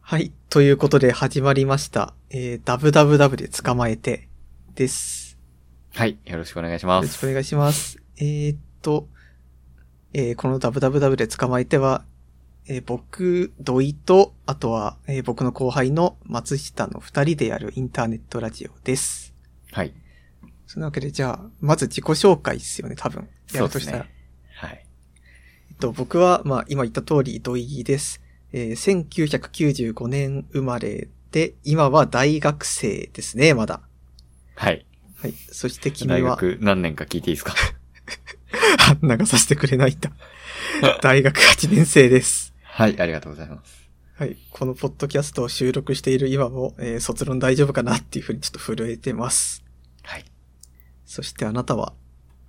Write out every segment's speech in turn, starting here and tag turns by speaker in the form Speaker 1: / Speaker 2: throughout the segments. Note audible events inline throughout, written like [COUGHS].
Speaker 1: はい。ということで始まりました。えー、www で捕まえてです。
Speaker 2: はい。よろしくお願いし
Speaker 1: よ
Speaker 2: ま
Speaker 1: ろしく
Speaker 2: す。
Speaker 1: お願いします。えーっと、えーこの www で捕まえては、えー僕、土井と、あとは、えー僕の後輩の松下の二人でやるインターネットラジオです。
Speaker 2: はい。
Speaker 1: そんなわけで、じゃあ、まず自己紹介ですよね、多分。やるとしたら。
Speaker 2: そうですね。はい。
Speaker 1: えっと、僕は、まあ、今言った通り、土井です。えー1995年生まれで、今は大学生ですね、まだ。
Speaker 2: はい。
Speaker 1: はい。そして君
Speaker 2: 大
Speaker 1: は、
Speaker 2: 学何年か聞いていいですか
Speaker 1: [LAUGHS] 流させてくれないんだ。大学8年生です。
Speaker 2: はい。ありがとうございます。
Speaker 1: はい。このポッドキャストを収録している今も、えー卒論大丈夫かなっていうふうにちょっと震えてます。
Speaker 2: はい。
Speaker 1: そしてあなたは、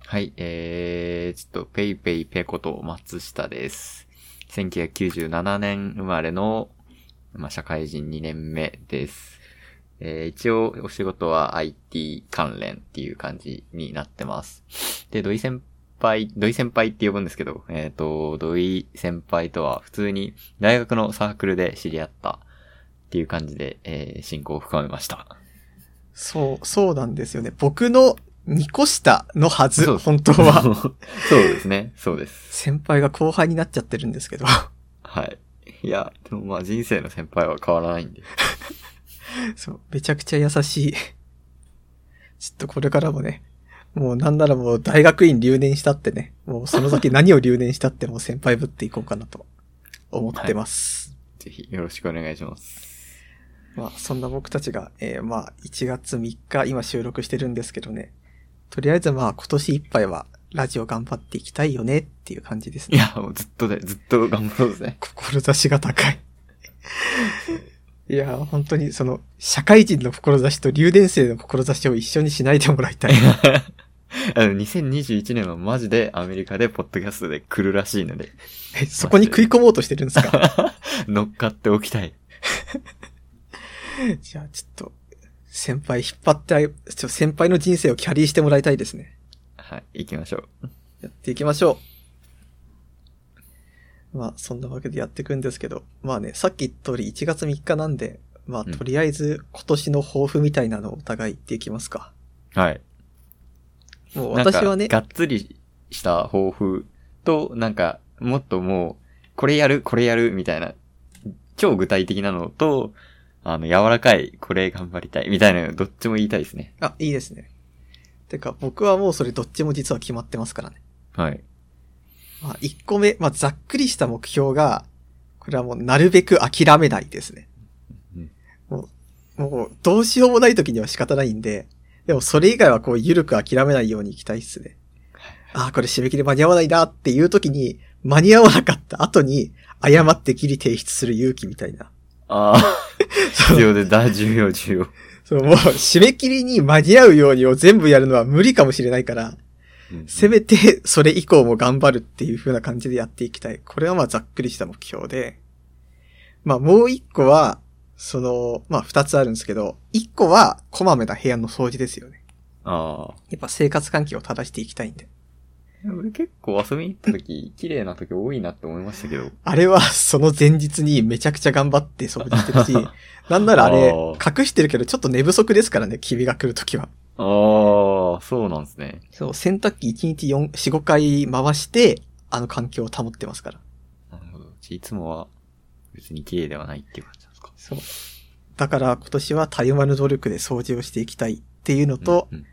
Speaker 2: はい。えー、ちょっと、ペイペイペコと松下です。1997年生まれの、まあ、社会人2年目です。えー、一応、お仕事は IT 関連っていう感じになってます。で、土井先輩、土井先輩って呼ぶんですけど、えっ、と、土井先輩とは普通に大学のサークルで知り合ったっていう感じで、えー、進行を深めました。
Speaker 1: そう、そうなんですよね。僕の2個下のは
Speaker 2: そ
Speaker 1: ず、
Speaker 2: うです
Speaker 1: 本当
Speaker 2: [LAUGHS] そ
Speaker 1: は。
Speaker 2: うですね。そうです。
Speaker 1: 先輩が後輩になっちゃってるんですけど。
Speaker 2: はい。いや、でもまあ人生の先輩は変わらないんで。
Speaker 1: そう、めちゃくちゃ優しい。ちょっとこれからもね、もうなんならもう大学院留年したってね、もうその先何を留年したってもう先輩ぶっていこうかなと思ってます。
Speaker 2: ぜひよろしくお願いします。
Speaker 1: まあそんな僕たちが、えーまあ1月3日今収録してるんですけどね、とりあえずまあ今年いっぱいはラジオ頑張っていきたいよねっていう感じです
Speaker 2: い
Speaker 1: ね。
Speaker 2: や、もうずっとで、ずっと頑張ろうですね。
Speaker 1: 志が高い。いや、本当にその、社会人の志と留年生の志を一緒にしないでもらいたい。
Speaker 2: [LAUGHS] あの、2021年はマジでアメリカでポッドキャストで来るらしいので、
Speaker 1: え、そこに食い込もうとしてるんですか
Speaker 2: 乗っかっておきたい。
Speaker 1: [LAUGHS] じゃあちょっと、先輩引っ張ってあげ、ちょっと先輩の人生をキャリーしてもらいたいですね。
Speaker 2: はい、行きましょう。
Speaker 1: やっていきましょう。まあ、そんなわけでやっていくんですけど、まあね、さっき言った通り1月3日なんで、まあ、
Speaker 2: うん
Speaker 1: とりあえず今年の抱負みたいなのをお互い言っていきますか。
Speaker 2: はい。
Speaker 1: もう私はね、
Speaker 2: なんかがっつりした抱負と、なんか、もっともう、これやる、これやる、みたいな、超具体的なのと、あの、柔らかい、これ頑張りたい、みたいなの、どっちも言いたいですね。
Speaker 1: あ、いいですね。てか、僕はもうそれどっちも実は決まってますからね。
Speaker 2: はい。
Speaker 1: まあ、1個目、まあ、ざっくりした目標が、これはもうなるべく諦めないですね。
Speaker 2: うん
Speaker 1: もう、もうどうしようもない時には仕方ないんで、でもそれ以外はこう、ゆるく諦めないように行きたいっすね。ああ、これ締め切り間に合わないなっていう時に、間に合わなかった後に、謝ってきり提出する勇気みたいな。
Speaker 2: あ [LAUGHS] あ、必要で、だ、重要、重要。
Speaker 1: そう、もう、締め切りに間に合うようにを全部やるのは無理かもしれないから、せめて、それ以降も頑張るっていう風な感じでやっていきたい。これはまあざっくりした目標で。まあもう一個は、その、まあ二つあるんですけど、一個は、こまめな部屋の掃除ですよね。
Speaker 2: ああ。
Speaker 1: やっぱ生活環境を正していきたいんで。
Speaker 2: 俺結構遊びに行った時、綺麗な時多いなって思いました [LAUGHS] けど。
Speaker 1: あれは、その前日にめちゃくちゃ頑張って掃除してる [LAUGHS] し、なんならあれ
Speaker 2: あ、ー
Speaker 1: 隠してるけどちょっと寝不足ですからね、君が来るときは。
Speaker 2: ああ、そうなんですね。
Speaker 1: そう、洗濯機1日4、4、5回回して、あの環境を保ってますから。
Speaker 2: なるほど。じゃあいつもは、別に綺麗ではないっていう感じなんですか。
Speaker 1: そう。だから今年はたゆまぬ努力で掃除をしていきたいっていうのと、
Speaker 2: うん、うん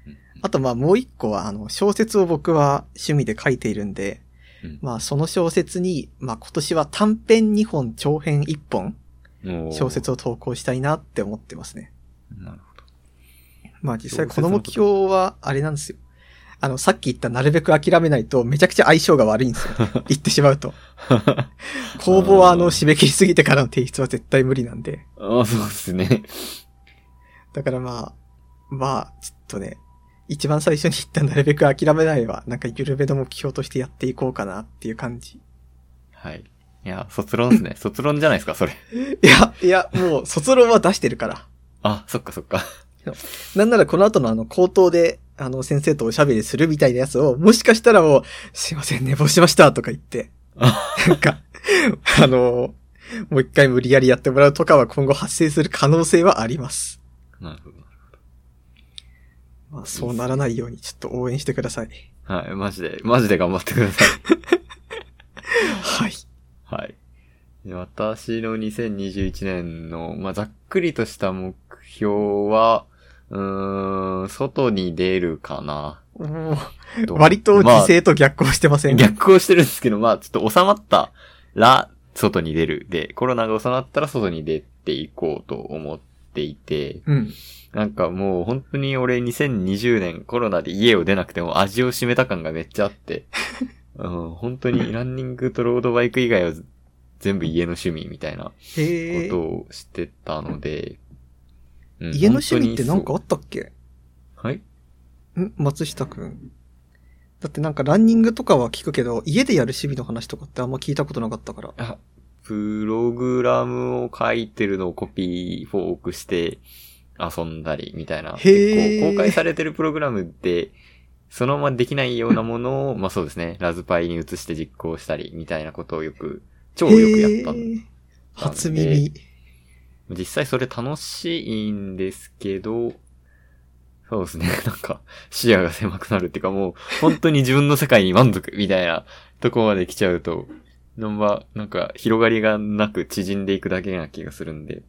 Speaker 1: あとまあもう一個は、あの、小説を僕は趣味で書いているんで、
Speaker 2: うん
Speaker 1: まあその小説に、まあ今年は短編2本、長編1本、
Speaker 2: うん、おー
Speaker 1: 小説を投稿したいなって思ってますね。
Speaker 2: なるほど。
Speaker 1: まあ実際この目標はあれなんですよ。あの、さっき言ったなるべく諦めないとめちゃくちゃ相性が悪いんです
Speaker 2: [LAUGHS]
Speaker 1: よ。言ってしまうと。公募はあの、締め切りすぎてからの提出は絶対無理なんで。
Speaker 2: ああ、そうですね。
Speaker 1: だからまあ、まあ、ちょっとね、一番最初に言ったなるべく諦めないは、なんかゆるめの目標としてやっていこうかなっていう感じ。
Speaker 2: はい。いや、卒論ですね。卒論じゃないですか、それ。
Speaker 1: いや、いや、もう卒論は出してるから。
Speaker 2: あ、そっかそっか。
Speaker 1: なんならこの後のあの、口頭で、あの、先生とおしゃべりするみたいなやつを、もしか [LAUGHS] したらもう、すいません、寝坊しましたとか言って、なんか、あの、もう一回無理やりやってもらうとかは今後発生する可能性はあります。
Speaker 2: なるほど。
Speaker 1: まあ、そうならないようにちょっと応援してください。
Speaker 2: はい、マジで、マジで頑張ってください。
Speaker 1: はい。
Speaker 2: はい。で私の2021年の、まあ、ざっくりとした目標は、うーん、外に出るかな。
Speaker 1: もう [LAUGHS] 割と自制と逆行してませ
Speaker 2: まあ
Speaker 1: ん。
Speaker 2: 逆行してるんですけど、まあ、ちょっと収まったら、外に出る。で、コロナが収まったら外に出ていこうと思っていて、
Speaker 1: うん。
Speaker 2: なんかもう本当に俺2020年コロナで家を出なくても味を占めた感がめっちゃあ
Speaker 1: [LAUGHS]
Speaker 2: って、うん、本当にランニングとロードバイク以外は全部家の趣味みたいな
Speaker 1: へえ
Speaker 2: こと。をしてたので、うん
Speaker 1: 家の趣味ってなんかあ
Speaker 2: 本
Speaker 1: ったっけ
Speaker 2: 当に
Speaker 1: ん松下くん。だってなんかランニングとかは聞くけど、家でやる趣味の話とかってあんま聞いたことなかったから。
Speaker 2: そうはいあ、プログラムを書いてるのをコピーフォークして遊んだりみたいな。
Speaker 1: へー
Speaker 2: 結構公開されてるプログラムって、そのままできないようなものを、まあそうですね、ラズパイに移して実行したりみたいなことをよく、超よくやったんで
Speaker 1: へえ初耳。
Speaker 2: 実際それ楽しいんですけど、そうですね。 [LAUGHS] なんか、視野が狭くなるっていうかもう、本当に自分の世界に満足みたいなとこまで来ちゃうと、なんか、なんか広がりがなく縮んでいくだけな気がするんで、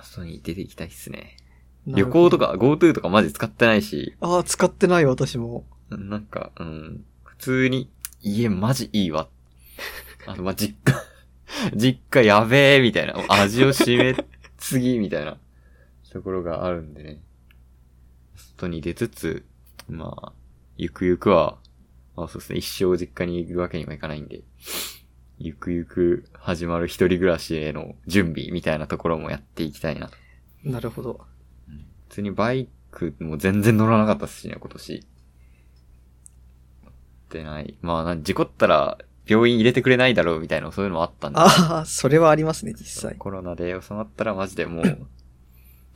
Speaker 2: 外に出ていきたいっすね。
Speaker 1: なる
Speaker 2: 旅
Speaker 1: ほ
Speaker 2: 行
Speaker 1: ど
Speaker 2: と。か GoTo とかマジ使ってないし、
Speaker 1: ああ、使ってない私も。
Speaker 2: なんか、うん、普通に、家マジいいわ。あの、まあ、実家、 [LAUGHS] 実家やべえ、みたいな。味を占めすぎ、みたいな、ところがあるんでね。外に出つつ、まあ、ゆくゆくは、まあそうですね、一生実家にいるわけにはいかないんで、ゆくゆく始まる一人暮らしへの準備みたいなところもやっていきたいなと。
Speaker 1: なるほど。
Speaker 2: 普通にバイクも全然乗らなかったっすしね、今年。乗ってない。まあ、なん事故ったら病院入れてくれないだろうみたいな、そういうのもあったんで。
Speaker 1: ああ、それはありますね、実際。
Speaker 2: コロナで収まったらマジでもう、
Speaker 1: [LAUGHS]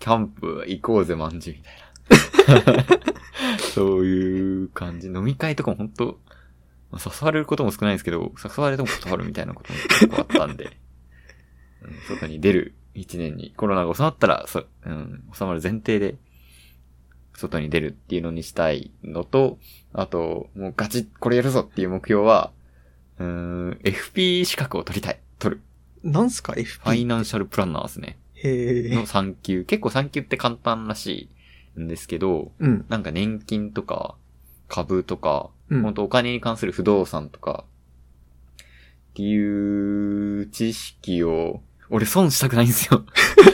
Speaker 2: キャンプ行こうぜ、まんじみた
Speaker 1: [LAUGHS]
Speaker 2: いな。そういう感じ。飲み会とかも本当まあ誘われることも少ないんですけど、誘われても断るみたいなことも結構あった
Speaker 1: [LAUGHS]
Speaker 2: んで、うん外に出る一年に、コロナが収まったら、そうん、収まる前提で、外に出るっていうのにしたいのと、あと、もうガチッ、これやるぞっていう目標は、うーん、FP 資格を取りたい。取る。
Speaker 1: なんすか
Speaker 2: ファイ
Speaker 1: ?FP?
Speaker 2: ナンシャルプランナーですね。
Speaker 1: へ
Speaker 2: の
Speaker 1: え。
Speaker 2: 産休。結構産休って簡単らしいんですけど、
Speaker 1: うん。
Speaker 2: なんか年金とか、株とか、
Speaker 1: うん
Speaker 2: 本当お金に関する不動産とか、っていう知識を、俺損したくないんで
Speaker 1: [LAUGHS]
Speaker 2: すよ。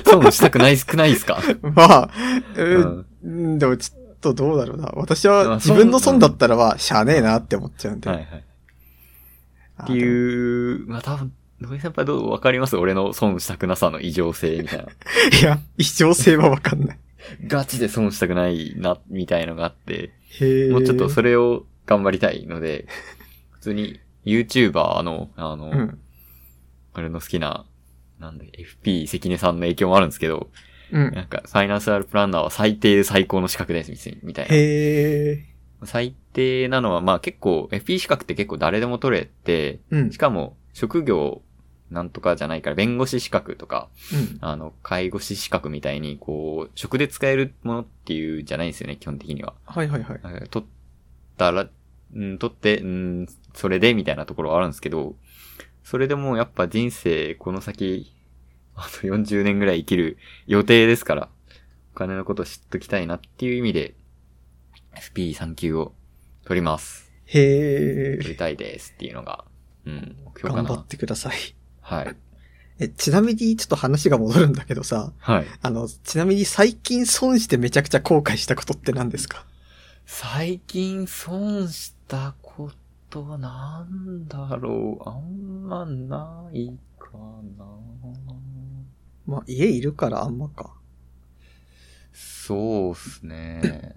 Speaker 2: 損したくない、少ないですか、
Speaker 1: まあ、
Speaker 2: う
Speaker 1: うん
Speaker 2: ん、
Speaker 1: うん、でもちょっとどうだろうな。私
Speaker 2: ま
Speaker 1: は
Speaker 2: あ
Speaker 1: 自
Speaker 2: そう
Speaker 1: 分の損だったらは、しゃあねえなって思っちゃうんで。
Speaker 2: はいはい。
Speaker 1: あー
Speaker 2: っていう、まあ多分、野井先輩どうわかります俺の損したくなさの異常性みたい
Speaker 1: [LAUGHS]
Speaker 2: な。
Speaker 1: でもいや、異常性はわかんない。
Speaker 2: ガチで損したくないな、みたいのがあって。
Speaker 1: へえ。
Speaker 2: もうちょっとそ
Speaker 1: れ、
Speaker 2: れを頑張りたいの
Speaker 1: [LAUGHS]
Speaker 2: で、普通に YouTuber の、あの、
Speaker 1: うん。
Speaker 2: 俺の好きな、なんで、FP 関根さんの影響もあるんですけど、
Speaker 1: うん。
Speaker 2: なんか、ファイナンシャルプランナーは最低で最高の資格です、みたいみたいな。
Speaker 1: へえ。
Speaker 2: 最低なのは、まあ結構、FP 資格って結構誰でも取れて、
Speaker 1: うん
Speaker 2: し。かも、職業、なんとかじゃないから、弁護士資格とか、
Speaker 1: うん。
Speaker 2: あの、介護士資格みたいに、こう、職で使えるものっていうじゃないんですよね、基本的には。
Speaker 1: はいはいはい。
Speaker 2: なんか取ったら、うん、取って、うん、それで、みたいなところはあるんですけど、それでもうやっぱ人生、この先、あと40年ぐらい生きる予定ですから、お金のこと知っときたいなっていう意味で、FP3 級を取ります。
Speaker 1: へ
Speaker 2: 取
Speaker 1: え。
Speaker 2: りたいですっていうのが、うん、目標か
Speaker 1: 頑張
Speaker 2: な
Speaker 1: っ。てください。
Speaker 2: はい。
Speaker 1: え、ちなみにちょっと話が戻るんだけどさ、
Speaker 2: はい。
Speaker 1: あの、ちなみに最近損してめちゃくちゃ後悔したことって何ですか
Speaker 2: 最近損したことなんだろう。あんまないかな。
Speaker 1: まあ、家いるからあんまか。
Speaker 2: そうっすね。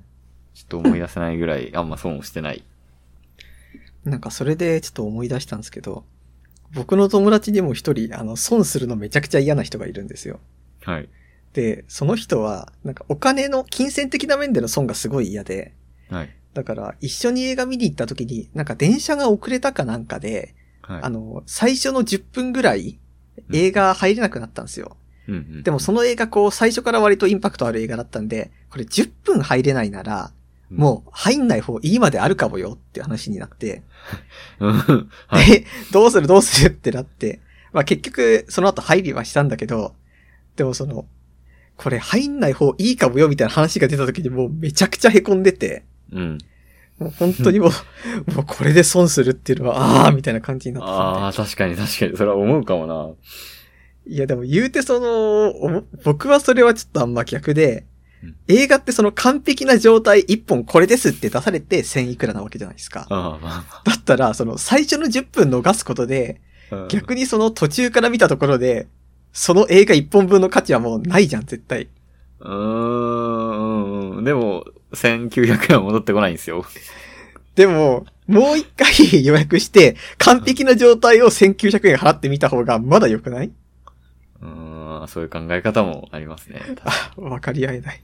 Speaker 2: ちょっと思い出せないぐらい、あんま損をしてない。
Speaker 1: なんかそれでちょっと思い出したんですけど、僕の友達にも一人、あの、損するのめちゃくちゃ嫌な人がいるんですよ。
Speaker 2: はい。
Speaker 1: で、その人は、なんかお金の、金銭的な面での損がすごい嫌で、
Speaker 2: はい。
Speaker 1: だから一緒に映画見に行った時に、なんか電車が遅れたかなんかで、
Speaker 2: はい。
Speaker 1: あの、最初の10分ぐらい
Speaker 2: うん
Speaker 1: 映画入れなくなったんですよ。
Speaker 2: うんうん、
Speaker 1: でもその映画こう最初から割とインパクトある映画だったんで、これ10分入れないなら、
Speaker 2: うん
Speaker 1: もう入んない方いいまであるかもよって話になって、
Speaker 2: うん、はい。
Speaker 1: で、どうするどうするってなって、まあ結局その後入りはしたんだけど、でもその、これ入んない方いいかもよみたいな話が出た時にもうめちゃくちゃ凹んでて、
Speaker 2: うん。
Speaker 1: [LAUGHS] もう本当にもう、もうこれで損するっていうのは、ああーみたいな感じになってたんで
Speaker 2: ああ、確かに確かに。それは思うかもな。
Speaker 1: いやでも言うてその、お僕はそれはちょっとあんま逆で
Speaker 2: うん、
Speaker 1: 映画ってその完璧な状態一本これですって出されて1000いくらなわけじゃないですか。
Speaker 2: ああ、まあ
Speaker 1: だったら、その最初の10分逃すことで、
Speaker 2: まあ。
Speaker 1: 逆にその途中から見たところで、その映画一本分の価値はもうないじゃん、絶対。
Speaker 2: うーん。うんでも、1900円は戻ってこないんですよ。
Speaker 1: でも、もう一回予約して、完璧な状態を1900円払ってみた方がまだ良くないう
Speaker 2: ーん、そういう考え方もあります
Speaker 1: [LAUGHS]
Speaker 2: ね。
Speaker 1: あ、わかり合えない。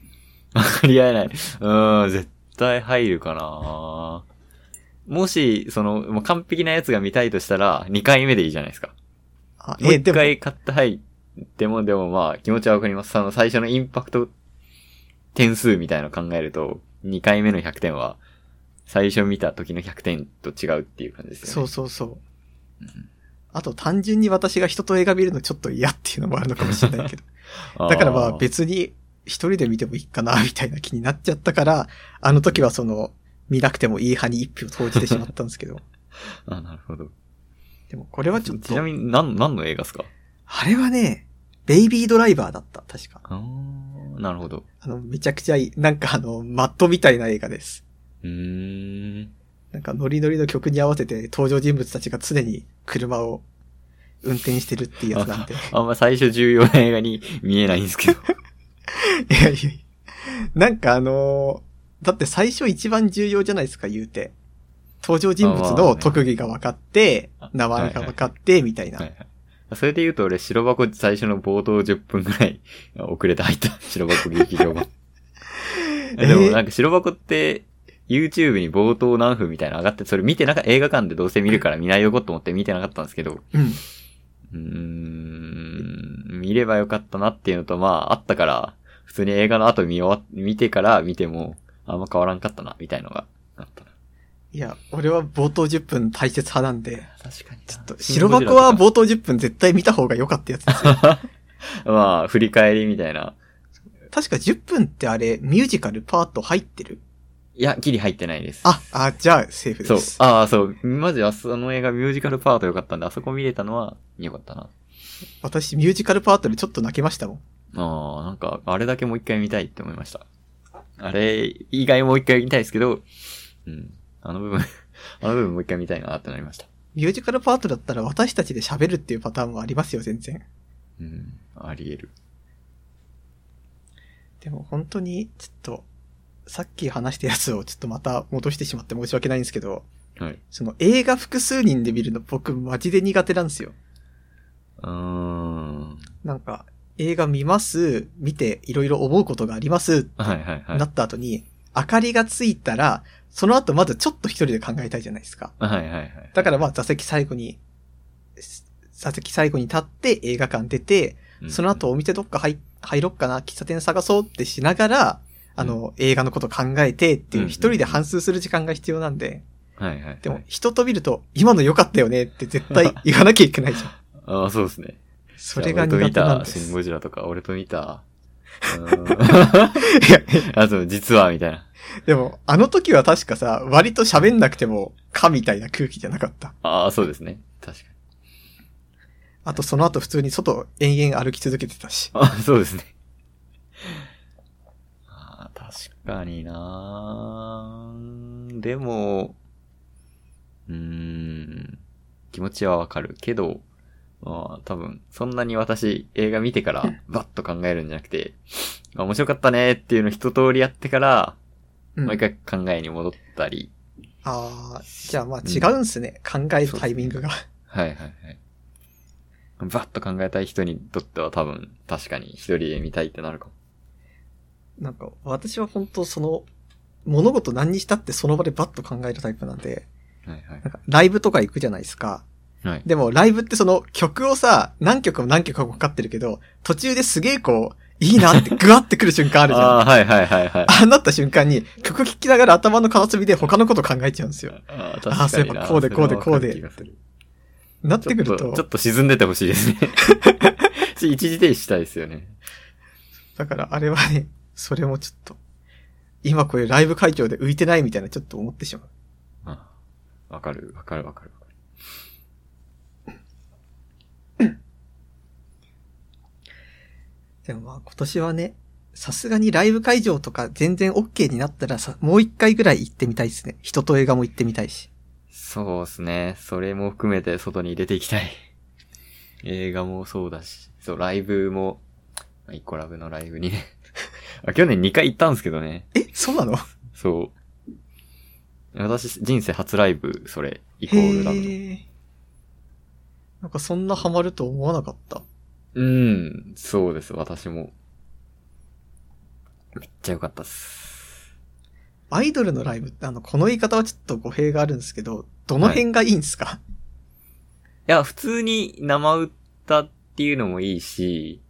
Speaker 2: わかり合えない。うーん、絶対入るかなもし、その、もう完璧なやつが見たいとしたら、2回目でいいじゃないですか。
Speaker 1: あ、
Speaker 2: もう
Speaker 1: え、で
Speaker 2: 1
Speaker 1: も、
Speaker 2: 回買って入っても、でもまあ、気持ちはわかります。その最初のインパクト点数みたいなの考えると、2回目の100点は、最初見た時の100点と違うっていう感じです
Speaker 1: そ
Speaker 2: よ
Speaker 1: う
Speaker 2: ね。
Speaker 1: そうそう
Speaker 2: うん。
Speaker 1: あと単純に私が人と映画見るのちょっと嫌っていうのもあるのかもしれ
Speaker 2: [LAUGHS]
Speaker 1: ないけど。だからまあ別に一人で見てもいいかな、みたいな気になっちゃったから、あの時はその、見なくてもいい派に一票投じてしまったんです
Speaker 2: [LAUGHS]
Speaker 1: けど。
Speaker 2: あー。あ、なるほど。
Speaker 1: でもこれはちょっ
Speaker 2: ち
Speaker 1: と
Speaker 2: な、みに、なん、何の映画ですか
Speaker 1: あれはね、ベイビードライバーだった、確か。
Speaker 2: ああ、なるほど。
Speaker 1: あの、めちゃくちゃいい、なんかあの、マットみたいな映画です。
Speaker 2: うーん。
Speaker 1: なんかノリノリの曲に合わせて登場人物たちが常に車を運転してるっていうやつなん
Speaker 2: [LAUGHS]
Speaker 1: で。
Speaker 2: あんま最初重要な映画に見えないんで
Speaker 1: [LAUGHS]
Speaker 2: すけど。
Speaker 1: いやいやいやなんかあのーだって最初一番重要じゃないですか、言うて。登場人物の特技が分かって
Speaker 2: あ、
Speaker 1: 名前が分かって、みたいな。
Speaker 2: はいはいそれで言うと俺、白箱最初の冒頭10分ぐらい遅れて入った。白箱劇場版。
Speaker 1: [LAUGHS]
Speaker 2: でもなんか白箱って、YouTube に冒頭何分みたいなの上がって、それ見てなか映画館でどうせ見るから見ないよこと思って見てなかったんですけど、
Speaker 1: うん。
Speaker 2: うーん、見ればよかったなっていうのと、まあ、あったから、普通に映画の後見終わ、見てから見ても、あんま変わらんかったな、みたいのがあったな。
Speaker 1: いや、俺は冒頭10分大切派なんで、
Speaker 2: 確かに。
Speaker 1: ちょっと、白箱
Speaker 2: [LAUGHS]
Speaker 1: は冒頭10分絶対見た方が良かったやつですよ。
Speaker 2: まあ、振り返りみたいな。
Speaker 1: 確か10分ってあれ、ミュージカルパート入ってる
Speaker 2: いや、ギリ入ってないです。
Speaker 1: あ、あ、じゃあ、セーフ
Speaker 2: そう
Speaker 1: で。す。
Speaker 2: ああ、そう。まず、あその映画ミュージカルパート良かったんで、あそこ見れたのは良かったな。
Speaker 1: 私、ミュージカルパートでちょっと泣けましたもん。
Speaker 2: ああ、なんか、あれだけもう一回見たいって思いました。あれ以外もう一回見たいですけど、うん。あの部分、 [LAUGHS] あの部分もう一回見たいなってなりました。
Speaker 1: ミュージカルパートだったら私たちで喋るっていうパターンもありますよ、全然。
Speaker 2: うん。あり得る。
Speaker 1: でも本当に、ちょっと、さっき話したやつをちょっとまた戻してしまって申し訳ないんですけど、
Speaker 2: はい。
Speaker 1: その映画複数人で見るの僕マジで苦手なんですよ。
Speaker 2: うーん。
Speaker 1: なんか、映画見ます、見ていろいろ思うことがあります、
Speaker 2: はいはいはい。
Speaker 1: なった後に、明かりがついたら、その後まずちょっと一人で考えたいじゃないですか。
Speaker 2: はいはいはい。
Speaker 1: だからまあ座席最後に、s- 座席最後に立って映画館出て、
Speaker 2: うん
Speaker 1: その後、お店どっか入入ろっかな、喫茶店探そうってしながら、あの、映画のこと考えてっていうう、
Speaker 2: ん
Speaker 1: 一人で反数する時間が必要なんで、
Speaker 2: はいはい。
Speaker 1: でも、人と見ると、今の良かったよねって絶対言わなきゃいけないじゃん。
Speaker 2: あ [LAUGHS] あ、そうですね。
Speaker 1: それが
Speaker 2: いや
Speaker 1: 苦手なんで
Speaker 2: 俺と見た、シン
Speaker 1: す。
Speaker 2: ゴジラとか、俺と見
Speaker 1: [LAUGHS]
Speaker 2: た、うーん
Speaker 1: い
Speaker 2: [LAUGHS]
Speaker 1: や、
Speaker 2: あ、そう、実は、みたいな。
Speaker 1: でも、あの時は確かさ、割と喋んなくても、かみたいな空気じゃなかった。
Speaker 2: ああ、そうですね。確かに。
Speaker 1: あと、その後普通に外延々歩き続けてたし。
Speaker 2: あそうですね。ああ、確かになーでも、うーん、気持ちはわかるけど、まあ、多分、そんなに私、映画見て [LAUGHS] から、バッと考えるんじゃなくて、あ面白かったねっていうの一通りやってから、
Speaker 1: うん
Speaker 2: もう一回考えに戻ったり、
Speaker 1: ああ、じゃあまあ違うんすね。考えるタイミングが。
Speaker 2: はいはいはい。バッと考えたい人にとっては多分、確かに一人で見たいってなるかも。
Speaker 1: なんか、私は本当その、物事何にしたってその場でバッと考えるタイプなんで、
Speaker 2: はいはい
Speaker 1: なん。かライブとか行くじゃないですか。
Speaker 2: はい。
Speaker 1: でもライブってその曲をさ、何曲も何曲もかかってるけど、途中ですげえこう、いいなってグワってくる瞬間あるじゃん。
Speaker 2: [LAUGHS] ああー、はいはいはいはい。
Speaker 1: ああなった瞬間に曲聴きながら頭の片隅で他のこと考えちゃうんですよ。
Speaker 2: あー
Speaker 1: あーそういえばこうでこうでこうで
Speaker 2: それはわかる気がする
Speaker 1: なってく
Speaker 2: ちょ
Speaker 1: る
Speaker 2: っと、
Speaker 1: と、
Speaker 2: ちょっと沈んでてほしいですね。 [LAUGHS] 一時停止したいですよね。
Speaker 1: だからあれはね、それもちょっと、今これライブ会場で浮いてないみたいなちょっと思ってしまう。
Speaker 2: あわかる、わかる、わかる。わかる
Speaker 1: でもまあ今年はね、さすがにライブ会場とか全然 OK になったらさ、もう一回ぐらい行ってみたいですね。人と映画も行ってみたいし。
Speaker 2: そうですね。それも含めて外に出ていきたい。映画もそうだし、そう、ライブも、まあイコラブのライブにね。 [LAUGHS] あ去年2回行ったんですけどね。
Speaker 1: え、そうなの
Speaker 2: そう。私、人生初ライブ、それ、イコ
Speaker 1: へ
Speaker 2: ールランド。
Speaker 1: ーなんかそんなハマると思わなかった。
Speaker 2: うん、そうです、私も。めっちゃ良かったっす。
Speaker 1: アイドルのライブって、あの、この言い方はちょっと語弊があるんですけど、どの辺がいいんですか、
Speaker 2: いや、普通に生歌っていうのもいいし、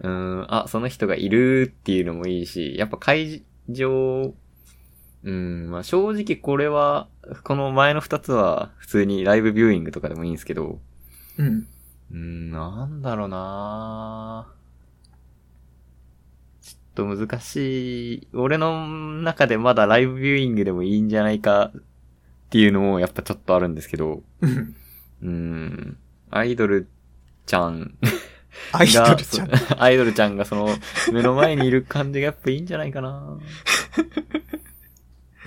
Speaker 2: うーん、あ、その人がいるっていうのもいいし、やっぱ会場、うん、まあ正直これは、この前の二つは普通にライブビューイングとかでもいいんですけど、
Speaker 1: うん。
Speaker 2: うん、なんだろうなぁちょっと難しい。俺の中でまだライブビューイングでもいいんじゃないかっていうのもやっぱちょっとあるんですけど、
Speaker 1: うん。
Speaker 2: うん、アイドルちゃん
Speaker 1: アイド
Speaker 2: が
Speaker 1: ルちゃん。
Speaker 2: そアイドルちゃんがその目の前にいる感じがやっぱいいんじゃない
Speaker 1: [LAUGHS]
Speaker 2: かな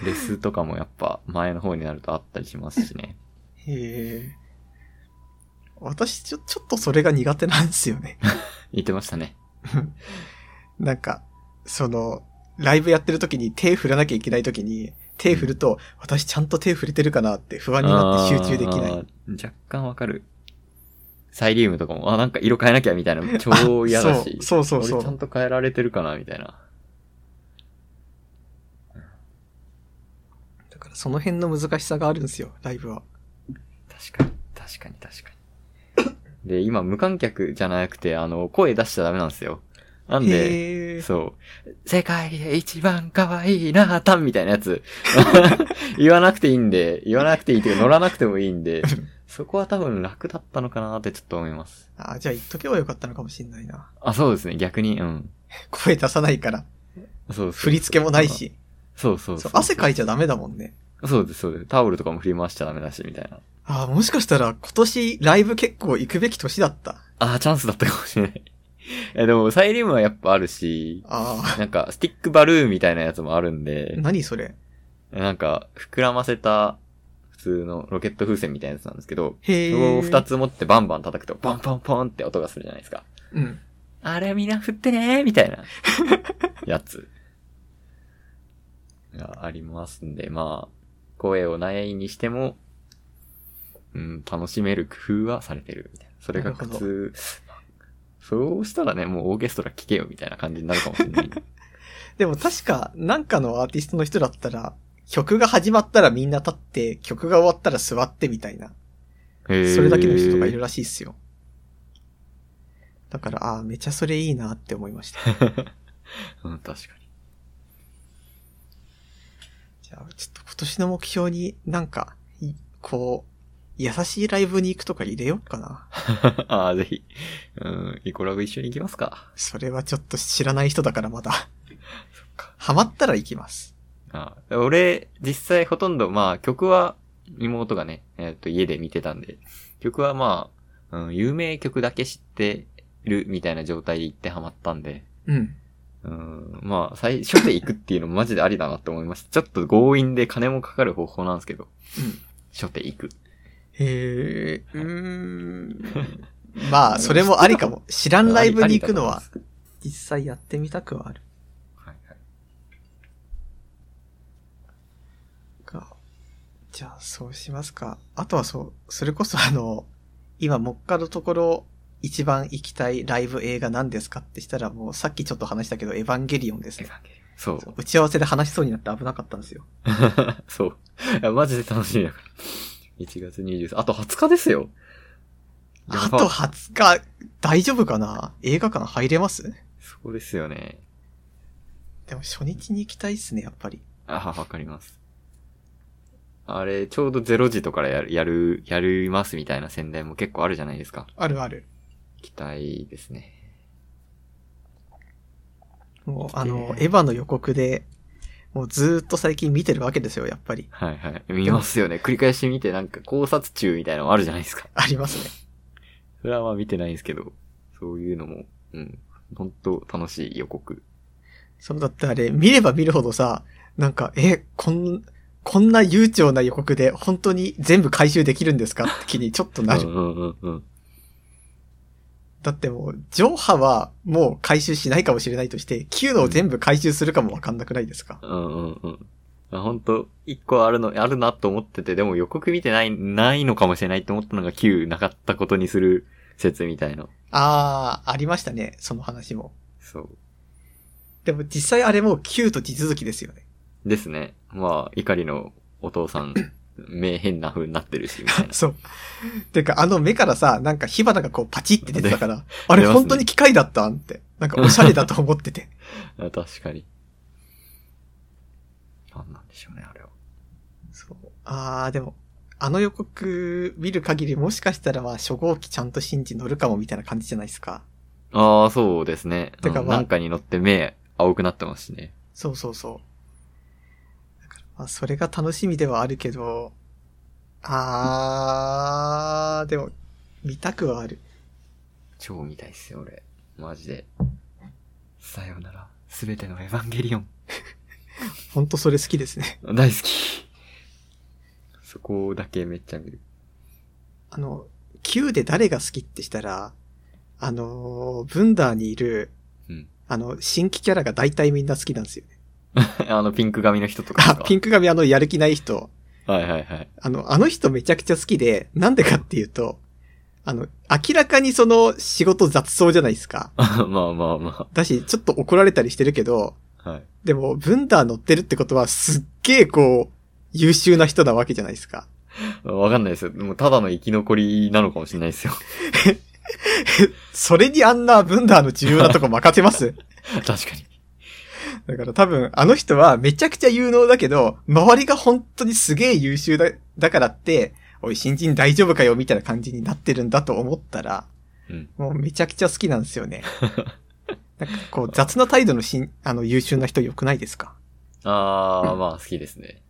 Speaker 2: レスとかもやっぱ前の方になるとあったりしますしね。
Speaker 1: へえ。私、ちょ、ちょっとそれが苦手なんですよね。
Speaker 2: 言ってましたね。
Speaker 1: [LAUGHS] なんか、その、ライブやってる時に手振らなきゃいけない時に、手振ると、私ちゃんと手振れてるかなって不安になって集中できない。
Speaker 2: あー若干わかる。サイリウムとかも、あ、なんか色変えなきゃみたいな、超嫌だし。
Speaker 1: あそうそうそうそう
Speaker 2: 俺ちゃんと変えられてるかなみたいな。
Speaker 1: だからその辺の難しさがあるんですよ、ライブは。
Speaker 2: 確かに、確かに、確かに。で、今無観客じゃなくて、あの、声出しちゃダメなんですよ。なんで、
Speaker 1: へえ。
Speaker 2: そう。世界で一番可愛いなあ、タンみたいなやつ。 [LAUGHS] 言わなくていいんで、言わなくていいっていうか乗らなくてもいい
Speaker 1: [LAUGHS]
Speaker 2: んで、そこは多分楽だったのかなってちょっと思います。
Speaker 1: あ、じゃあ言っとけばよかったのかもしれないな。
Speaker 2: あ、そうですね、逆に、うん。
Speaker 1: 声出さないから、
Speaker 2: そうそう
Speaker 1: 振り付けもない。し。
Speaker 2: そうそう
Speaker 1: そ
Speaker 2: そう
Speaker 1: う、汗かいちゃダメだもんね。
Speaker 2: そうです、そうです。タオルとかも振り回しちゃダメだし、みたいな。
Speaker 1: ああ、もしかしたら今年ライブ結構行くべき年だった。
Speaker 2: ああ、チャンスだったかもしれない。 [LAUGHS] え、でも、サイリウムはやっぱあるし、
Speaker 1: あ
Speaker 2: なんか、スティックバルーンみたいなやつもあるん
Speaker 1: あ、
Speaker 2: で、
Speaker 1: 何それ。
Speaker 2: なんか、膨らませた、普通のロケット風船みたいなやつなんですけど、
Speaker 1: へ
Speaker 2: そ
Speaker 1: え。
Speaker 2: れを二。つ持ってバンバン叩くと、ポンポンポンって音がするじゃないですか。
Speaker 1: うん。
Speaker 2: あれみんな振ってねーみたいな、やつ。がありますんで、まあ、声をないにしても、うん、楽しめる工夫はされてるみたいな。それが普
Speaker 1: な
Speaker 2: 通、そうしたらね、もうオーケストラ聴けよみたいな感じになるかもしれない。
Speaker 1: でも確か、なんかのアーティストの人だったら、曲が始まったらみんな立って、曲が終わったら座ってみたいな、[LAUGHS]
Speaker 2: そ
Speaker 1: それだけの人がいるらしいっすよ。だから、ああ、めちゃそれいいなって思いま [LAUGHS] した。
Speaker 2: うん、確かに。
Speaker 1: じゃあ、ちょっと今年の目標になんか、いこう、優しいライブに行くとか入れようかな。
Speaker 2: [LAUGHS] ああ、ぜひ。うん、イコラブ一緒に行きますか。
Speaker 1: それはちょっと知らない人だからまだ。ハマったら行きます。
Speaker 2: ああ俺、実際ほとんど、まあ曲は、妹がね、えっ、と、家で見てたんで、曲はまあ、うん、有名曲だけ知ってるみたいな状態で行ってハマったんで、
Speaker 1: うん。
Speaker 2: うん、まあ、最初で行くっていうのもマジでありだなと思いました。ちょっと強引で金もかかる方法なんですけど、
Speaker 1: うん。
Speaker 2: 初手行く。
Speaker 1: へえ、うーん。まあ、それもありかも。知らんライブに行くのは、実際やってみたくはある
Speaker 2: はいはい。
Speaker 1: か。じゃあ、そうしますか。あとはそう、それこそあの、今、もっかのところ、一番行きたいライブ映画何ですかってしたら、もうさっきちょっと話したけど、エヴァンゲリオンです
Speaker 2: エヴ
Speaker 1: ね。
Speaker 2: ァンゲリオンそう。 [LAUGHS]
Speaker 1: 打ち合わせで話しそうになって危なかったんですよ。
Speaker 2: そう。マジで楽しみだから。 1月23、あと20日ですよ。ジャ
Speaker 1: あ
Speaker 2: パ
Speaker 1: と20日、大丈夫かな映画館入れます
Speaker 2: そうですよね。
Speaker 1: でも初日に行きたいっすね、やっぱり。
Speaker 2: ああ、わかります。あれ、ちょうど0時とかからやる、やる、やりますみたいな宣伝も結構あるじゃないですか。
Speaker 1: あるある。
Speaker 2: 期待ですね。
Speaker 1: もう、あの、
Speaker 2: えー
Speaker 1: エヴァの予告で、もうずーっと最近見てるわけですよ、やっぱり。
Speaker 2: はいはい。見ますよね。繰り返し見て、なんか考察中みたいなのもあるじゃないですか。
Speaker 1: ありますね。
Speaker 2: それはまあ見てないんですけど、そういうのも、うん。ほんと楽しい予告。
Speaker 1: そうだってあれ、見れば見るほどさ、なんか、え、こん、こんな悠長な予告で本当に全部回収できるんですかって気にちょっ [LAUGHS] となる。
Speaker 2: うんうんうんうん。
Speaker 1: だってもう、上波はもう回収しないかもしれないとして、9のを全部回収するかもわかんなくないですか、
Speaker 2: うんうんうん。あ本当一個あるの、あるなと思ってて、でも予告見てない、ないのかもしれないと思ったのが Q なかったことにする説みたいな。
Speaker 1: あー、ありましたね、その話も。
Speaker 2: そう。
Speaker 1: でも実際あれもう9と地続きですよね。
Speaker 2: ですね。まあ、怒りのお父さ [COUGHS] ん、目変な風になってるし、みたい
Speaker 1: [LAUGHS]
Speaker 2: な。
Speaker 1: そう。てか、あの目からさ、なんか火花がこうパチって出てたから、あ
Speaker 2: 出
Speaker 1: れ
Speaker 2: ますね
Speaker 1: 本当に機械だったんって。なんかおしゃれだと思ってて。
Speaker 2: あ確かに。なんなんでしょうね、あれは。
Speaker 1: そう。あー、でも、あの予告見る限りもしかしたらまあ初号機ちゃんと信じ乗るかもみたいな感じじゃないですか。
Speaker 2: ああ、そうですね。
Speaker 1: てか
Speaker 2: うん
Speaker 1: まあ
Speaker 2: なんかに乗って目、青くなってますしね。
Speaker 1: そうそうそう。だからまあそれが楽しみではあるけど、あー、でも、見たくはある。
Speaker 2: 超見たいっすよ、俺。マジで。さよなら、すべてのエヴァンゲリオン。
Speaker 1: ほんとそれ好きですね。 [LAUGHS]
Speaker 2: 大好き。そこだけめっちゃ見る。 [LAUGHS]
Speaker 1: あの、Q で誰が好きってしたら、あのー、ブンダーにいる、
Speaker 2: うん。
Speaker 1: あの、新規キャラが大体みんな好きなんですよね。
Speaker 2: あの、ピンク髪の人とかです
Speaker 1: あ
Speaker 2: か。、
Speaker 1: ピンク髪あの、やる気ない人。
Speaker 2: はいはいはい。 [LAUGHS]
Speaker 1: あの、あの人めちゃくちゃ好きで、なんでかっていうと、あの、明らかにその仕事雑そうじゃないですか。
Speaker 2: まあまあま
Speaker 1: だし、ちょっと怒られたりしてるけど、
Speaker 2: あ。はい。
Speaker 1: でも、ブンダー乗ってるってことは、すっげえこう、優秀な人なわけじゃないですか。
Speaker 2: わかんないですよ。もうただの生き残りなのかもしれないですよ。
Speaker 1: それにあんなブンダーの重要なとこ任せます
Speaker 2: [LAUGHS] 確かに。
Speaker 1: だから多分、あの人はめちゃくちゃ有能だけど、周りが本当にすげえ優秀だ、だからって、おい、新人大丈夫かよみたいな感じになってるんだと思ったら、
Speaker 2: うん
Speaker 1: もうめちゃくちゃ好きなんですよ
Speaker 2: [LAUGHS]
Speaker 1: ね。なんかこう、雑な態度のしん、あの、優秀な人良くないですか
Speaker 2: あー、まあ好きですね。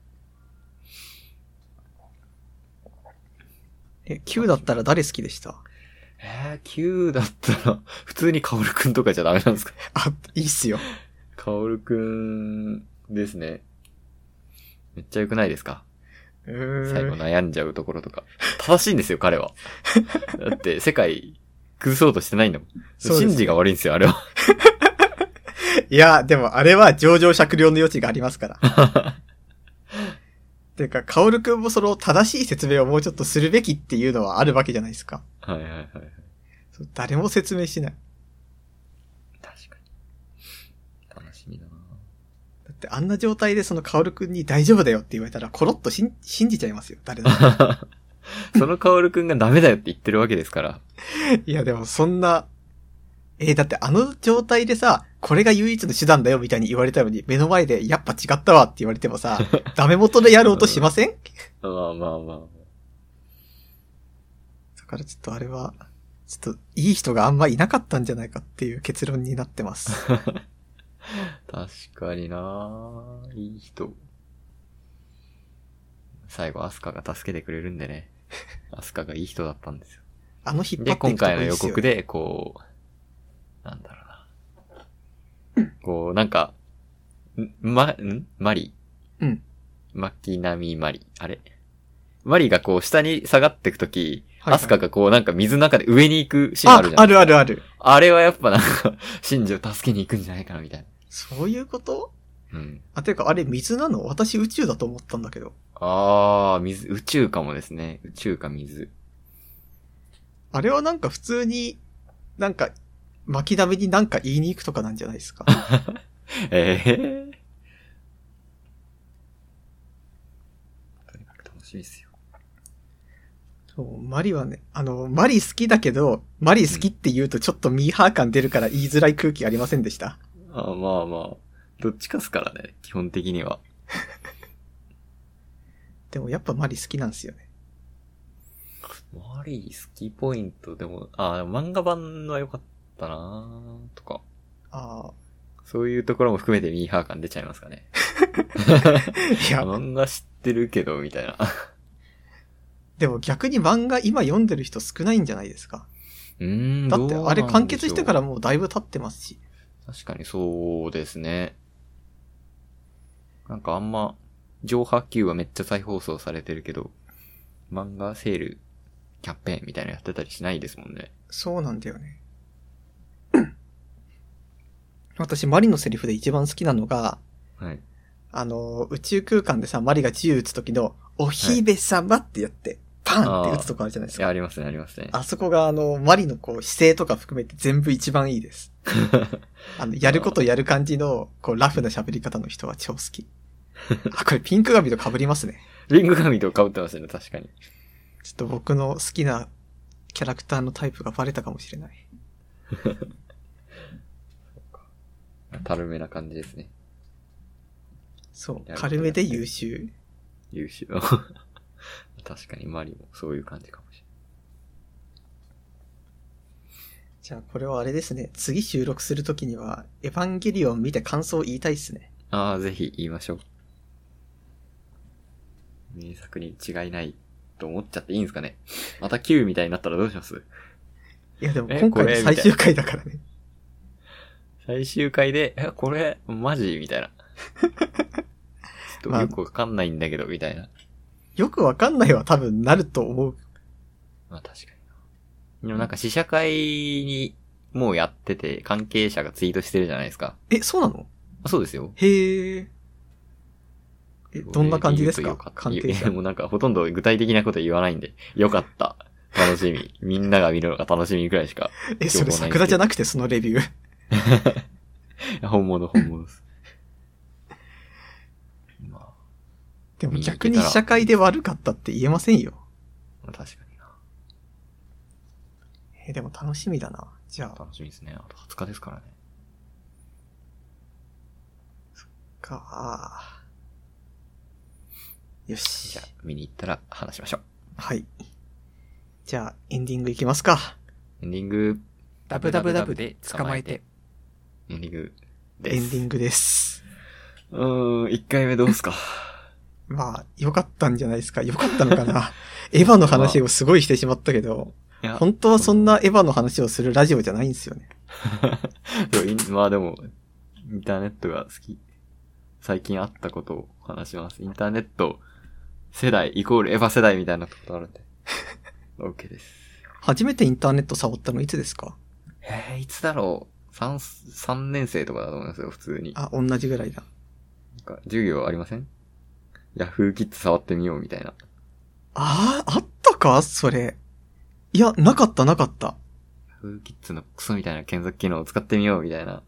Speaker 1: え、Q だったら誰好きでした
Speaker 2: えー、Q だったら、 [LAUGHS] 普通にカオルくんとかじゃダメなんですか [LAUGHS]
Speaker 1: あ、いいっすよ。
Speaker 2: カオルくんですね。めっちゃ良くないですか
Speaker 1: うーん
Speaker 2: 最後悩んじゃうところとか。正しいんですよ、彼 [LAUGHS] は。だって、世界、崩そうとしてないんだもん。
Speaker 1: そうです
Speaker 2: シンジが悪いんですよ、あれ [LAUGHS] は。
Speaker 1: いや、でもあれは上場酌量の余地がありますから。 [LAUGHS] ていうか、カオルくんもその正しい説明をもうちょっとするべきっていうのはあるわけじゃないですか。
Speaker 2: はいはいはい。
Speaker 1: そう誰も説明しない。
Speaker 2: 確かに。楽しみだな
Speaker 1: だってあんな状態でそのカオルくんに大丈夫だよって言われたら、コロッとしん信じちゃいますよ、誰だって
Speaker 2: [LAUGHS] そのカオルくんがダメだよって言ってるわけですから。
Speaker 1: いや、でもそんな、えーだってあの状態でさ、これが唯一の手段だよみたいに言われたのに、目の前でやっぱ違ったわって言われてもさ、ダメ元でやろうとしません
Speaker 2: まあまあまあ。
Speaker 1: だからちょっとあれは、ちょっといい人があんまいなかったんじゃないかっていう結論になってます。
Speaker 2: [LAUGHS] 確かにないい人。最後、アスカが助けてくれるんでね。 [LAUGHS] アスカがいい人だったんですよ。
Speaker 1: あの引っ張
Speaker 2: で、
Speaker 1: ってい
Speaker 2: 今
Speaker 1: くとこいい
Speaker 2: 回の
Speaker 1: っ
Speaker 2: 予
Speaker 1: すよ、ね。
Speaker 2: 告で、こう、なんだろうな。こう、なんか、んま、んマリ
Speaker 1: うん。
Speaker 2: 巻波マリ。あれマリがこう、下に下がっていくとき、
Speaker 1: はいはい
Speaker 2: アスカがこう、なんか水の中で上に行くシーンある
Speaker 1: あ
Speaker 2: じ、ゃん。
Speaker 1: あるあるある。
Speaker 2: あれはやっぱなんか、シンジを助けに行くんじゃないかな、みたい
Speaker 1: そういうこと
Speaker 2: な。うん。
Speaker 1: あ、ていうかあれ水なの私宇宙だと思ったんだけど。
Speaker 2: あー、水、宇宙かもですね。宇宙か水。
Speaker 1: あれはなんか普通に、なんか、巻きだめになんか言いに行くとかなんじゃないです
Speaker 2: [LAUGHS]
Speaker 1: か。
Speaker 2: ええとにかく楽しみですよ。
Speaker 1: そうマリはね、あの、マリ好きだけど、マリ好きって言うとちょっとミーハー感出るから言いづらい空気ありませんでした。
Speaker 2: あまあまあ。どっちかっすからね、基本的には。
Speaker 1: でもやっぱマリ好きなんですよね。
Speaker 2: マリー好きポイントでも、あ、漫画版は良かったなとか。
Speaker 1: あ
Speaker 2: そういうところも含めてミーハー感出ちゃいますかね。
Speaker 1: あ。
Speaker 2: [LAUGHS]
Speaker 1: いや、
Speaker 2: 漫画知ってるけど、みたいな。 [LAUGHS]
Speaker 1: でも逆に漫画今読んでる人少ないんじゃないですか。
Speaker 2: うーん、
Speaker 1: だって
Speaker 2: どう
Speaker 1: あれ
Speaker 2: なんでしょう
Speaker 1: 完結してからもうだいぶ経ってますし。
Speaker 2: 確かにそうですね。なんかあんま、上波級はめっちゃ再放送されてるけど、漫画セール、キャンペーンみたいなのやってたりしないですもんね。
Speaker 1: そうなんだよね。 [CLEARS THROAT] 私、マリのセリフで一番好きなのが、
Speaker 2: はい。
Speaker 1: あの、宇宙空間でさ、マリが銃撃つ時の、お姫様ってやって、パンって撃つとこあるじゃないです
Speaker 2: いや、
Speaker 1: か。
Speaker 2: ありますね、ありますね。 [LAUGHS]
Speaker 1: あそこが、あの、マリのこう、姿勢とか含めて全部一番いいです。あの、やることやる感じの、こう、ラフな喋り方の人は超好き。あ、これピンク髪と被りますね。
Speaker 2: リング紙とかぶってますね、確かに。
Speaker 1: ちょっと僕の好きなキャラクターのタイプがバレたかもしれない。
Speaker 2: たるめな感じですね。
Speaker 1: そう
Speaker 2: や。ること
Speaker 1: 軽めで優秀。
Speaker 2: 優秀。 [LAUGHS] 確かに、マリもそういう感じかもし
Speaker 1: じゃあこれはあれですね。次収録するときには、エヴァンゲリオン見て感想を言いたいっすね。
Speaker 2: れない。ああ、ぜひ言いましょう。名作に違いないと思っちゃっていいんですかね。また Q みたいになったらどうします
Speaker 1: いやでも
Speaker 2: え
Speaker 1: 今回
Speaker 2: これ
Speaker 1: の最終回だからね。
Speaker 2: 最終回で、え、これ、マジみ
Speaker 1: [LAUGHS]
Speaker 2: たいな。ちょっとよくわかんないんだけど、みたいな。
Speaker 1: よくわかんないは多分なると思う。
Speaker 2: まあ確かに。でもなんか試写会にもうやってて、関係者がツイートしてるじゃないですか。
Speaker 1: え、そうなの
Speaker 2: あそうですよ。
Speaker 1: へえ。え、どんな感じです
Speaker 2: 言
Speaker 1: か
Speaker 2: うとよ
Speaker 1: 関係
Speaker 2: ったい
Speaker 1: 者
Speaker 2: や。もうなんかほとんど具体的なこと言わないんで、よかった。楽しみ。 [LAUGHS] みんなが見るのが楽しみくらいしか。
Speaker 1: え、それ桜じゃなくてそのレビュー。
Speaker 2: いや本物、本物です。ま
Speaker 1: でも逆に社会で悪かったって言えませんよ。
Speaker 2: あ、確かにな。
Speaker 1: え、でも楽しみだな。じゃあ、
Speaker 2: 楽しみですね。あと20日ですからね。
Speaker 1: か。よし
Speaker 2: じゃ。あ、見に行ったら話しましょう。
Speaker 1: はい。じゃあ、エンディングいきますか。
Speaker 2: エンディング。
Speaker 3: ダブダブダブで捕まえて。
Speaker 2: エンディングです。
Speaker 1: エンディングです。
Speaker 2: うーん、1回目どうすか。
Speaker 1: まあ、良かったんじゃないですか。良かったのかな。 [LAUGHS] エヴァの話をすごいしてしまったけど、
Speaker 2: いや、
Speaker 1: 本当はそんなエヴァの話をするラジオじゃないんですよね。
Speaker 2: そうインまあ [LAUGHS] でも、インターネットが好き。最近あったことを話します。インターネット世代イコールエヴァ世代みたいなことある
Speaker 1: [LAUGHS]
Speaker 2: んで。OK です。
Speaker 1: 初めてインターネット触ったのいつですか
Speaker 2: えー、いつだろう ?3、三年生とかだと思いますよ、普通に。
Speaker 1: あ、同じぐらいだ。
Speaker 2: なんか授業ありませんヤフーキッズ触ってみようみたいな。
Speaker 1: ああ、あったかそれ。いや、なかったなかった。
Speaker 2: ヤフーキッズのクソみたいな検索機能を使ってみようみたいな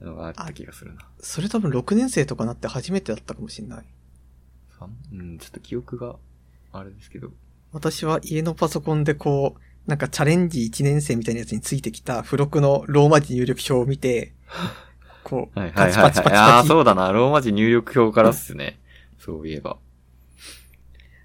Speaker 2: のがあった気がするな。
Speaker 1: それ多分6年生とかなって初めてだったかもしれない。
Speaker 2: さんうん、ちょっと記憶が、あれですけど。
Speaker 1: 私は家のパソコンでこう、なんかチャレンジ1年生みたいなやつについてきた付録のローマ字入力表を見て、こう、
Speaker 2: [LAUGHS] はいは
Speaker 1: パ
Speaker 2: い
Speaker 1: チ
Speaker 2: はい、は
Speaker 1: パ
Speaker 2: い。
Speaker 1: チパチ
Speaker 2: ああ
Speaker 1: パ
Speaker 2: ー、
Speaker 1: チ
Speaker 2: そうだな。ローマ字入力表からっすね。そういえば。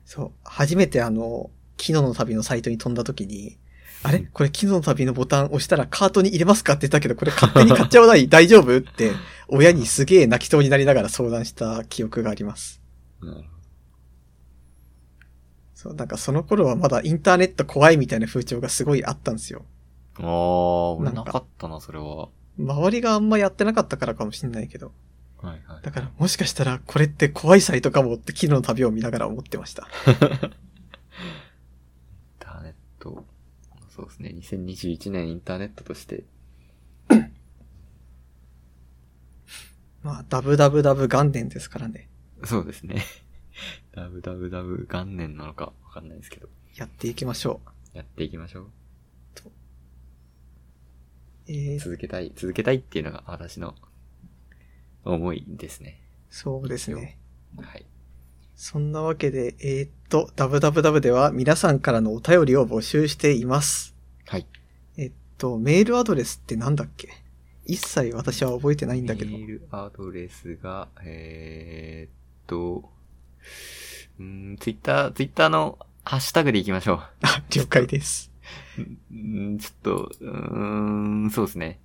Speaker 1: そう。初めてあの、昨日の旅のサイトに飛んだ時に、あれこれ昨日の旅のボタン押したらカートに入れますかって言ったけど、これ勝手に買っちゃわない [LAUGHS] 大丈夫って、親にすげえ泣きそうになりながら相談した記憶があります。
Speaker 2: うん
Speaker 1: そう、なんかその頃はまだインターネット怖いみたいな風潮がすごいあったんですよ。
Speaker 2: ああ、俺
Speaker 1: なん
Speaker 2: な
Speaker 1: か
Speaker 2: かったな、それは。
Speaker 1: 周りがあんまやってなかったからかもしんないけど。
Speaker 2: はいはい。
Speaker 1: だからもしかしたらこれって怖いサイトかもって昨日の旅を見ながら思ってました。
Speaker 2: インターネット。そうですね。2021年インターネットとして。
Speaker 1: まあ、ダブダブダブ元年ですからね。
Speaker 2: そうですね。 [LAUGHS] ダブダブダブ元年なのかわかんないですけど。
Speaker 1: やっていきましょう。
Speaker 2: やっていきましょう。
Speaker 1: えー、
Speaker 2: 続けたい。続けたいっていうのが私の思いですね。
Speaker 1: そうですね。
Speaker 2: はい。
Speaker 1: そんなわけで、えーっと、ダブダブダブでは皆さんからのお便りを募集しています。
Speaker 2: はい。
Speaker 1: えっと、メールアドレスってなんだっけ一切私は覚えてないんだけど
Speaker 2: メ。ールアドレスが、えー、っと、うんツイッター、ツイッターのハッシュタグでいきましょ
Speaker 1: あ、 [LAUGHS] 了解です。
Speaker 2: う。うんちょっと、うーん、そうですね。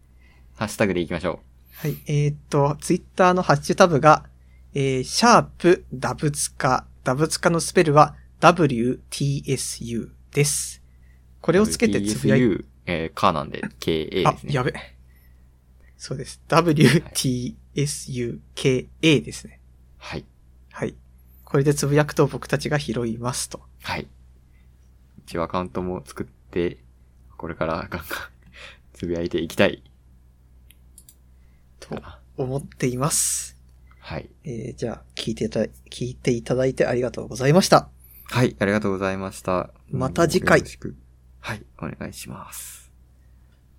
Speaker 2: ハッシュタグでいきましょ
Speaker 1: はい。えーっと、ツイッターのハッシュタブが、えー、シャープダブツカ。ダブツカのスペルは WTSU です。こ
Speaker 2: う。
Speaker 1: れをつけてつぶやい
Speaker 2: TSU えー、かなんで、KA
Speaker 1: あ
Speaker 2: です、ね。
Speaker 1: やべ。そうです。WTSUKA ですね。
Speaker 2: はい。
Speaker 1: はい。これでつぶやくと僕たちが拾いますと。
Speaker 2: はい。一応アカウントも作って、これからガン [LAUGHS] ガンつぶやいていきたい。
Speaker 1: と思っています。
Speaker 2: はい。
Speaker 1: えー、じゃあ、聞いていただ、聞いていただいてありがとうございました。
Speaker 2: はい、ありがとうございました。
Speaker 1: また次回
Speaker 2: よろしくはい、お願いします。